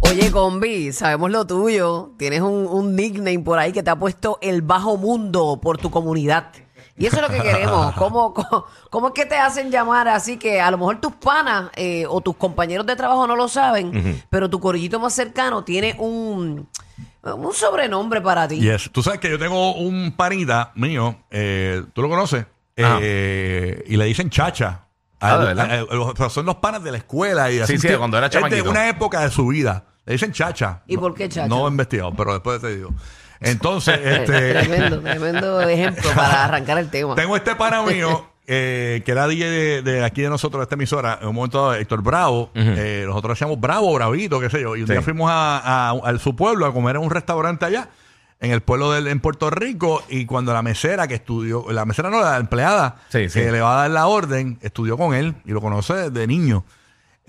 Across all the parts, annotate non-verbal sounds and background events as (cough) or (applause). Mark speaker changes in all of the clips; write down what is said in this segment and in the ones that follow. Speaker 1: Oye, combi, sabemos lo tuyo. Tienes un, un nickname por ahí que te ha puesto el bajo mundo por tu comunidad. Y eso es lo que
Speaker 2: (laughs)
Speaker 1: queremos. ¿Cómo, cómo, cómo es que te hacen llamar? Así que a lo mejor tus panas eh, o tus compañeros de trabajo no lo saben, pero tu corillito más cercano tiene un, un sobrenombre para (laughs) ti.
Speaker 2: Yes. Tú sabes que yo tengo un panita mío, eh, tú lo conoces, Eh, y le dicen chacha. A
Speaker 3: Ah,
Speaker 2: él-
Speaker 3: ¿de verdad?
Speaker 2: a él- o sea, son los panas de la escuela. Y así
Speaker 3: sí,
Speaker 2: que
Speaker 3: cuando era
Speaker 2: es de
Speaker 3: chamaquito.
Speaker 2: una época de su vida. Le dicen chacha.
Speaker 1: ¿Y
Speaker 2: No-
Speaker 1: por qué chacha?
Speaker 2: No he investigado, pero después te
Speaker 3: (laughs)
Speaker 2: digo. Entonces,
Speaker 1: Eh,
Speaker 2: este,
Speaker 1: Tremendo, tremendo ejemplo para arrancar el tema.
Speaker 2: (laughs) tengo este
Speaker 3: (laughs)
Speaker 2: pana mío eh, que era DJ de, de aquí de nosotros, de esta emisora. En un momento dado, Héctor Bravo. eh, nosotros decíamos Bravo, Bravito, qué sé yo. Y un
Speaker 3: Sí.
Speaker 2: día fuimos a, a- a su pueblo a comer en un restaurante allá, en el pueblo del, en Puerto Rico. Y cuando la mesera que estudió, la mesera no, la empleada,
Speaker 3: Sí, sí.
Speaker 2: que le va a dar la orden, estudió con él y lo conoce desde niño.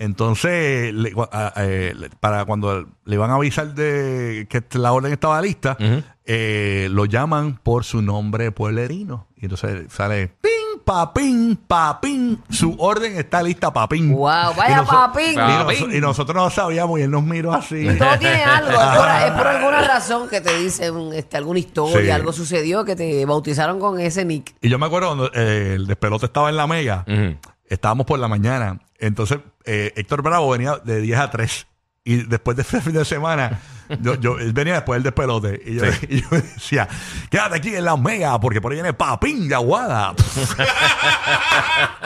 Speaker 2: Entonces, le- cua- a- eh, le- para cuando le van a avisar de que la orden estaba lista, eh, lo llaman por su nombre pueblerino. Y entonces sale pin, papín, papín. Su orden está lista, papín.
Speaker 1: Wow,
Speaker 2: Y
Speaker 1: vaya
Speaker 2: noso-
Speaker 1: papín.
Speaker 2: y noso- Y nosotros no sabíamos y él nos miró así.
Speaker 1: Todo
Speaker 3: (laughs)
Speaker 1: tiene algo, es por, es por alguna razón que te dicen este, alguna historia,
Speaker 2: Sí.
Speaker 1: algo sucedió que te bautizaron con ese nick.
Speaker 2: Y yo me acuerdo cuando eh, el despelote estaba en la mega, estábamos por la mañana. Entonces, eh, Héctor Bravo venía de 10 a 3. Y después de ese (laughs) fin de semana, yo, yo- él venía después del despelote. Y yo, (laughs) y yo decía, quédate aquí en la mega, porque por ahí viene papín de aguada. (laughs)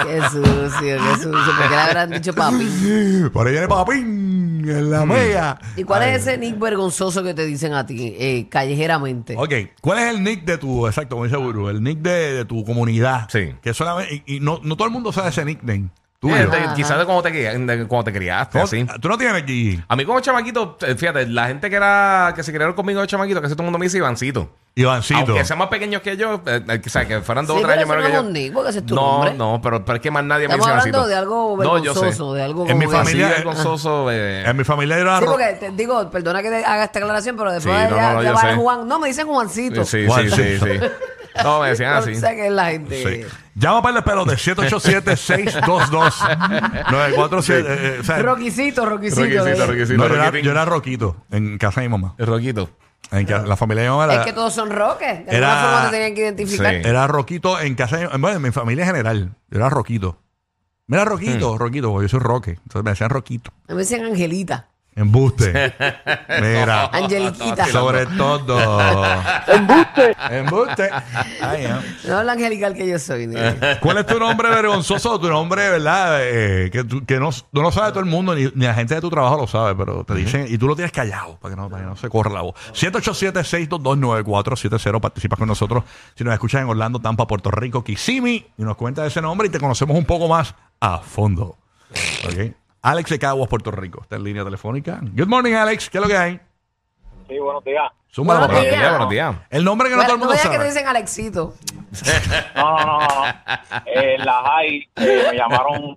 Speaker 1: Qué sucio, qué sucio. ¿Por qué le habrán dicho papi?
Speaker 2: por ahí viene papín en
Speaker 3: Mm.
Speaker 2: la mega.
Speaker 1: ¿Y cuál es ese nick vergonzoso que te dicen a ti, eh, callejeramente?
Speaker 2: Ok, ¿cuál es el nick de tu, exacto, como dice Buru, el nick de, de tu comunidad?
Speaker 3: Sí.
Speaker 2: Que solamente, y, y no, no todo el mundo sabe ese nickname.
Speaker 3: Tú,
Speaker 2: tuyo.
Speaker 3: eh, de- quizás de cuando te, cri- de cuando te criaste,
Speaker 2: ¿No?
Speaker 3: así.
Speaker 2: Tú no tienes aquí.
Speaker 3: A mí como chamaquito, eh, fíjate, la gente que era que se criaron conmigo de chamaquito, casi todo el mundo me dice Ivancito.
Speaker 2: Ivancito.
Speaker 3: Aunque sean más pequeños que yo, eh, eh, quizás que fueran dos
Speaker 1: Sí,
Speaker 3: o tres
Speaker 1: pero
Speaker 3: años
Speaker 1: eso no
Speaker 3: menores que
Speaker 1: es
Speaker 3: yo.
Speaker 1: un nick, porque ese es tu
Speaker 3: no,
Speaker 1: nombre.
Speaker 3: no, pero, pero es que más nadie
Speaker 1: Estamos
Speaker 3: me dice
Speaker 1: hablando de
Speaker 3: Ivancito.
Speaker 1: algo vergonzoso, de algo
Speaker 2: En mi
Speaker 1: como-
Speaker 2: familia-
Speaker 3: familia
Speaker 2: Sí,
Speaker 3: vergonzoso. eh,
Speaker 2: En mi familia era
Speaker 1: Sí,
Speaker 2: Ro-
Speaker 1: porque te- digo, perdona que te haga esta aclaración, pero después
Speaker 3: Sí, no,
Speaker 1: ya,
Speaker 3: no, no,
Speaker 1: ya
Speaker 3: yo
Speaker 1: va
Speaker 3: sé.
Speaker 1: Juan. No, me dicen Juancito.
Speaker 2: eh,
Speaker 3: sí, sí, sí, sí,
Speaker 2: Juancito.
Speaker 3: No, me decían
Speaker 1: No
Speaker 3: así.
Speaker 1: sé qué es la
Speaker 2: Sí.
Speaker 1: gente.
Speaker 2: Llama para el despelote 787-622-9477. Eh, eh, o sea,
Speaker 1: Roquisito, Roquisito.
Speaker 3: Roquisito,
Speaker 1: eh.
Speaker 3: Roquisito,
Speaker 2: no, yo, era,
Speaker 3: Roquitín.
Speaker 2: yo era Roquito en casa de mi mamá.
Speaker 3: Roquito.
Speaker 2: En ca- la familia de mi mamá
Speaker 1: Ah. Es
Speaker 2: era,
Speaker 1: que todos son roques. De
Speaker 2: Era-
Speaker 1: alguna forma te tenían que identificar.
Speaker 3: Sí.
Speaker 2: era Roquito en casa de bueno, en mi familia en general. Yo era Roquito. Mira, Roquito, Roquito, porque yo soy Roque. Entonces me decían Roquito.
Speaker 1: A mí Me decían Angelita.
Speaker 2: Embuste. Mira.
Speaker 1: (laughs) Angeliquita.
Speaker 2: Sobre todo. Embuste. Embuste. Ay, no.
Speaker 1: No es la angelical que yo soy. ni-
Speaker 2: ¿Cuál es tu nombre vergonzoso? Tu nombre, ¿verdad? Eh, que tú- que no, no lo sabe todo el mundo, ni, ni la gente de tu trabajo lo sabe, pero te dicen, y tú lo tienes callado para que no, para que no se corra la voz. 787-622-9470, participas con nosotros. Si nos escuchas en Orlando, Tampa, Puerto Rico, Kissimmee, y nos cuentas ese nombre y te conocemos un poco más a fondo. Ok. Alex de Caguas, Puerto Rico, está en línea telefónica. Good morning, Alex, ¿qué es lo que hay?
Speaker 4: Sí, buenos días.
Speaker 2: Súmalo,
Speaker 1: Buenos
Speaker 3: Buenos
Speaker 1: días.
Speaker 2: papá.
Speaker 3: días, buenos días.
Speaker 2: El nombre que no
Speaker 1: Bueno,
Speaker 2: todo el
Speaker 1: no
Speaker 2: mundo
Speaker 1: veas que
Speaker 2: sabe.
Speaker 1: te dicen Alexito.
Speaker 4: No, no, no, no. no. En la high eh, me llamaron,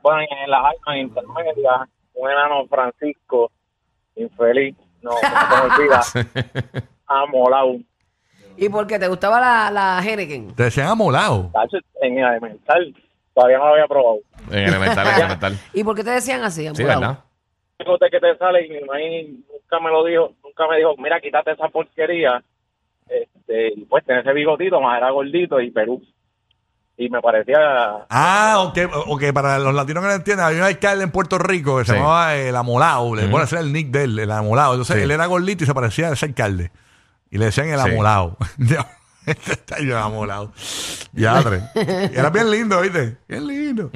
Speaker 4: bueno, en la high, en intermedia, un enano Francisco, infeliz, no, no se me olvida, amolado.
Speaker 1: ¿Y por qué? ¿Te gustaba la, la Henneken?
Speaker 2: Te decían amolado.
Speaker 4: Tacho, En el elemental, todavía no lo había probado.
Speaker 3: En elemental, en elemental.
Speaker 1: ¿Y por qué te decían así?
Speaker 3: Sí,
Speaker 1: amorado?
Speaker 3: ¿verdad?
Speaker 4: Digo, "Te que te sale y mi maíz nunca me lo dijo, nunca me dijo, mira, quítate esa porquería. Este, y pues tenía ese bigotito, más era gordito y Perú. Y me parecía
Speaker 2: Ah, ok, ok, para los latinos que no entienden, había un alcalde en Puerto Rico que se
Speaker 3: Sí.
Speaker 2: llamaba el Amolao, le ponen a ser el nick de él, el Amolao. Entonces
Speaker 3: Sí.
Speaker 2: él era gordito y se parecía a ese alcalde. Y le decían el
Speaker 3: Sí.
Speaker 2: Amolao. (laughs) Ya. este Está yo amolado. Ya, tres. Era bien lindo, ¿viste? Bien lindo.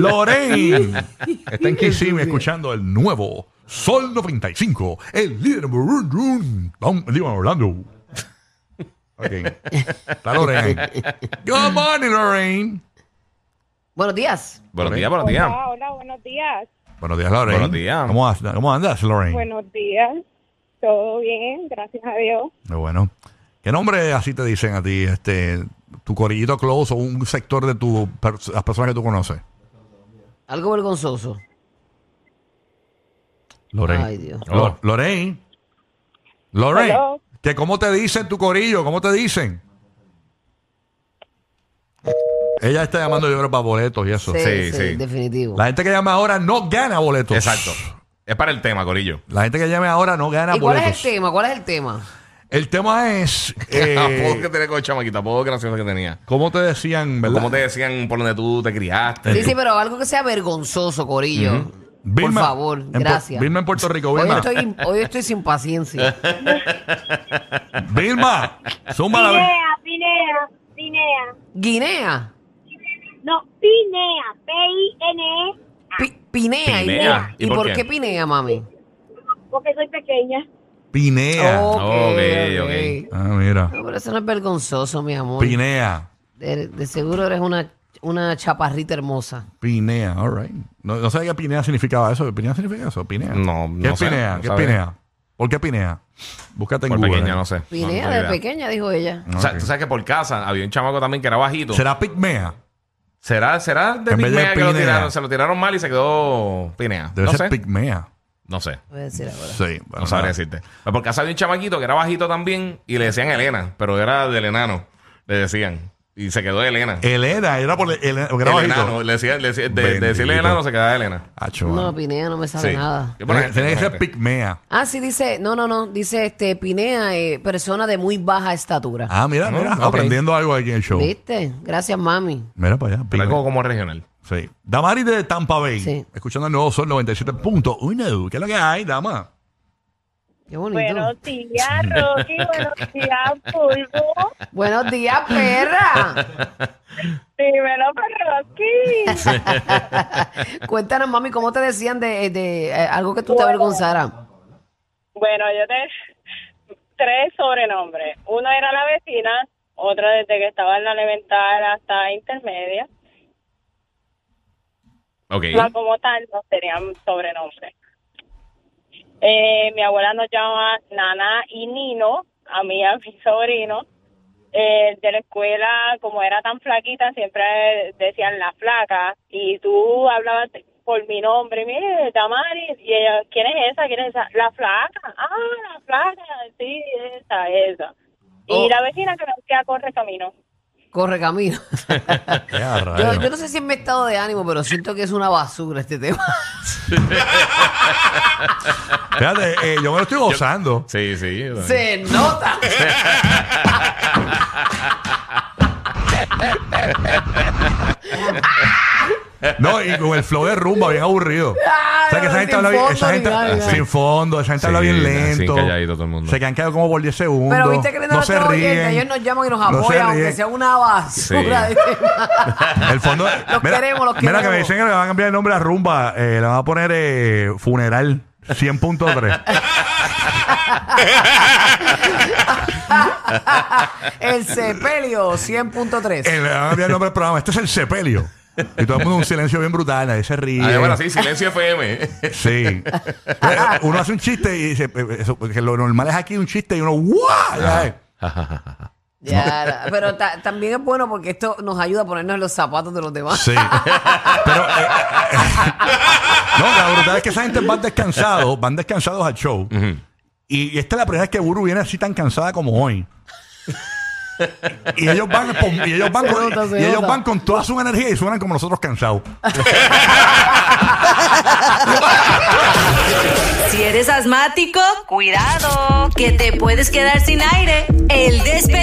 Speaker 2: Lorraine está en Kissimmee escuchando el nuevo Sol 95, el líder en Burun, Run. Vamos, digo, Orlando. Ok. Está Lorraine. Good morning, Lorraine.
Speaker 1: Buenos días.
Speaker 3: Buenos días, buenos días.
Speaker 5: Hola, hola, buenos días.
Speaker 2: Buenos días, Lorraine.
Speaker 3: Buenos días.
Speaker 2: ¿Cómo, has- cómo andas, Lorraine?
Speaker 5: Buenos días. Todo bien, gracias a Dios.
Speaker 2: Muy bueno. ¿Qué nombre así te dicen a ti? Este, tu corillito close o un sector de tu per- las personas que tú conoces.
Speaker 1: Algo vergonzoso.
Speaker 2: Lorraine.
Speaker 1: Ay, Dios.
Speaker 2: Lo- Lorraine. Lorraine.
Speaker 5: Hello.
Speaker 2: ¿Que ¿Cómo te dicen tu corillo? ¿Cómo te dicen? Ella está llamando yo creo para boletos y eso.
Speaker 3: sí,
Speaker 1: sí,
Speaker 3: sí.
Speaker 1: definitivo.
Speaker 2: La gente que llama ahora no gana boletos.
Speaker 3: Exacto. Es para el tema, Corillo.
Speaker 2: La gente que llame ahora no gana
Speaker 1: ¿Y cuál
Speaker 2: boletos.
Speaker 1: es el tema? ¿Cuál es el tema?
Speaker 2: El tema
Speaker 3: (laughs)
Speaker 2: es eh,
Speaker 3: Apodo que tenía con el chamaquita, apodo gracioso que tenía.
Speaker 2: cómo te decían, ¿verdad?
Speaker 3: ¿Cómo te decían por donde tú te criaste?
Speaker 1: Sí, sí, pero algo que sea vergonzoso, Corillo. Por
Speaker 2: Vilma-
Speaker 1: favor,
Speaker 2: en Pu-
Speaker 1: gracias.
Speaker 2: Vilma en Puerto Rico,
Speaker 1: Hoy
Speaker 2: Vilma.
Speaker 1: estoy, hoy estoy sin paciencia.
Speaker 2: (laughs) Vilma, zumba la
Speaker 5: Pinea, Pinea, Pinea.
Speaker 1: Guinea.
Speaker 5: No, Pinea, P-I-N-E,
Speaker 1: Pi- Pinea.
Speaker 3: Pinea.
Speaker 1: Guinea. ¿Y, por qué?
Speaker 3: qué?
Speaker 1: Pinea, mami?
Speaker 5: porque soy pequeña.
Speaker 2: Pinea.
Speaker 1: Oh.
Speaker 3: Ok, ok.
Speaker 2: Ah, mira.
Speaker 1: No, pero eso no es vergonzoso, mi amor.
Speaker 2: Pinea.
Speaker 1: De, de seguro eres una, una chaparrita hermosa.
Speaker 2: Pinea, all right. No, no sabía qué pinea significaba eso. ¿Pinea significa eso? Pinea.
Speaker 3: No,
Speaker 2: ¿Qué
Speaker 3: no
Speaker 2: es
Speaker 3: sé,
Speaker 2: pinea?
Speaker 3: no
Speaker 2: ¿Qué es
Speaker 3: sabía.
Speaker 2: pinea? ¿Por qué pinea? Búscate en
Speaker 3: Por
Speaker 2: Google.
Speaker 3: pequeña,
Speaker 2: ¿eh?
Speaker 3: no sé.
Speaker 1: Pinea
Speaker 3: No, no
Speaker 1: de
Speaker 3: idea.
Speaker 1: pequeña, dijo ella.
Speaker 3: O sea, tú sabes que por casa había un chamaco también que era bajito.
Speaker 2: ¿Será pigmea?
Speaker 3: ¿Será, será de
Speaker 2: En vez de
Speaker 3: Pigmea que lo
Speaker 2: Pinea.
Speaker 3: tiraron? Se lo tiraron mal y se quedó Pinea.
Speaker 2: Debe
Speaker 3: no,
Speaker 2: ser
Speaker 3: sé.
Speaker 2: pigmea.
Speaker 3: no sé.
Speaker 1: Voy a decir ahora.
Speaker 2: Sí. bueno,
Speaker 3: No
Speaker 2: nada.
Speaker 3: sabría decirte. Pero por casa había un chamaquito que era bajito también y le decían Elena, pero era del enano. Le decían. Y se quedó Elena.
Speaker 2: Elena, era por el, el, porque Eh, era
Speaker 3: El
Speaker 2: bajito.
Speaker 3: enano, le decía, le decía- de, de
Speaker 2: Bendito.
Speaker 3: decirle enano se quedaba Elena.
Speaker 2: Acho,
Speaker 1: No,
Speaker 2: mano.
Speaker 1: Pinea no me sabe
Speaker 3: Sí.
Speaker 1: nada.
Speaker 3: Qué buena
Speaker 2: Tiene-
Speaker 3: gente,
Speaker 2: Tiene que
Speaker 3: qué
Speaker 2: ser
Speaker 3: buena gente.
Speaker 2: pigmea.
Speaker 1: Ah, sí, dice, no, no, no, dice este Pinea, eh, persona de muy baja estatura.
Speaker 2: Ah, mira, mira.
Speaker 3: ok.
Speaker 2: Aprendiendo algo aquí en el show.
Speaker 1: ¿Viste? Gracias, mami.
Speaker 2: Mira para allá.
Speaker 3: Pero es
Speaker 2: pigmea.
Speaker 3: como, como regional.
Speaker 2: Sí. Damari de Tampa Bay.
Speaker 1: Sí.
Speaker 2: Escuchando el nuevo Sol 97.1. ¿Qué es lo que hay, dama?
Speaker 1: Qué bonito.
Speaker 5: Buenos días, Rocky, buenos días, Pulvo.
Speaker 1: Buenos (laughs) días, perra.
Speaker 5: Dímelo, pero Rocky.
Speaker 1: Cuéntanos, mami, ¿cómo te decían de, de, eh, algo que tú te avergonzaras?
Speaker 5: Bueno, yo te... Tres sobrenombres. Uno era la vecina, otra desde que estaba en la elemental hasta intermedia.
Speaker 3: Ok.
Speaker 5: No, como tal, no tenían sobrenombre. Eh, mi abuela nos llama Nana y Nino, a mí y a mi sobrino. Eh, de la escuela, como era tan flaquita, siempre decían la flaca. Y tú hablabas por mi nombre, mire, Tamari. Y ella, ¿quién es esa? ¿Quién es esa? La flaca. Ah, la flaca. Sí, esa, esa.
Speaker 1: Oh.
Speaker 5: Y la vecina que nos queda corre camino.
Speaker 1: Corre camino.
Speaker 2: Ya,
Speaker 1: Yo,
Speaker 2: rayos.
Speaker 1: yo no sé si es mi estado de ánimo, pero siento que es una basura este tema.
Speaker 2: Fíjate, eh, yo me lo estoy gozando.
Speaker 3: Sí, sí. (laughs)
Speaker 1: Se nota.
Speaker 2: No, y con el flow de rumba, bien aburrido.
Speaker 1: Claro,
Speaker 2: (laughs) o sea, que esa
Speaker 1: sin
Speaker 2: gente habla bien, esa
Speaker 1: fondo
Speaker 2: gente,
Speaker 1: ni nada.
Speaker 2: sin fondo, esa gente habla bien
Speaker 3: así
Speaker 2: lento.
Speaker 3: calladito todo el mundo.
Speaker 2: Se que han quedado como por 10 segundos.
Speaker 1: Pero viste que no,
Speaker 2: no
Speaker 1: nos
Speaker 2: se
Speaker 1: tengo oyentes,
Speaker 2: ríen.
Speaker 1: ellos nos llaman y nos
Speaker 2: No se
Speaker 1: apoyan, aunque
Speaker 2: ríen.
Speaker 1: sea una basura de
Speaker 3: Sí.
Speaker 1: tema.
Speaker 2: El fondo.
Speaker 1: Los queremos, los
Speaker 2: Mira que
Speaker 1: queremos.
Speaker 2: me dicen que le van a cambiar el nombre a rumba, eh, le van a poner eh, funeral
Speaker 1: (laughs)
Speaker 2: 100.3.
Speaker 3: Ah,
Speaker 1: (laughs) El sepelio 100.3.
Speaker 2: Eh, le van a cambiar el nombre al programa. Este es el sepelio. Y todo el mundo un silencio bien brutal, nadie se ríe.
Speaker 3: Ah, bueno, sí, silencio FM.
Speaker 2: (laughs) Sí. Entonces, uno hace un chiste y dice, eh, eso, porque lo normal es aquí un chiste y uno, ¡guau! Ya es.
Speaker 1: Ya, pero ta- también es bueno porque esto nos ayuda a ponernos en los zapatos de los demás.
Speaker 2: Sí. Pero. eh, eh, no, la verdad es que esa gente van descansados, van descansados al show. y, y esta es la primera vez que Buru viene así tan cansada como hoy. Y ellos van, con- y ellos van,
Speaker 1: Se
Speaker 2: con,
Speaker 1: nota, se
Speaker 2: y ellos
Speaker 1: nota.
Speaker 2: van con toda su energía y suenan como nosotros cansados.
Speaker 6: Si eres asmático, cuidado, que te puedes quedar sin aire. El despelote.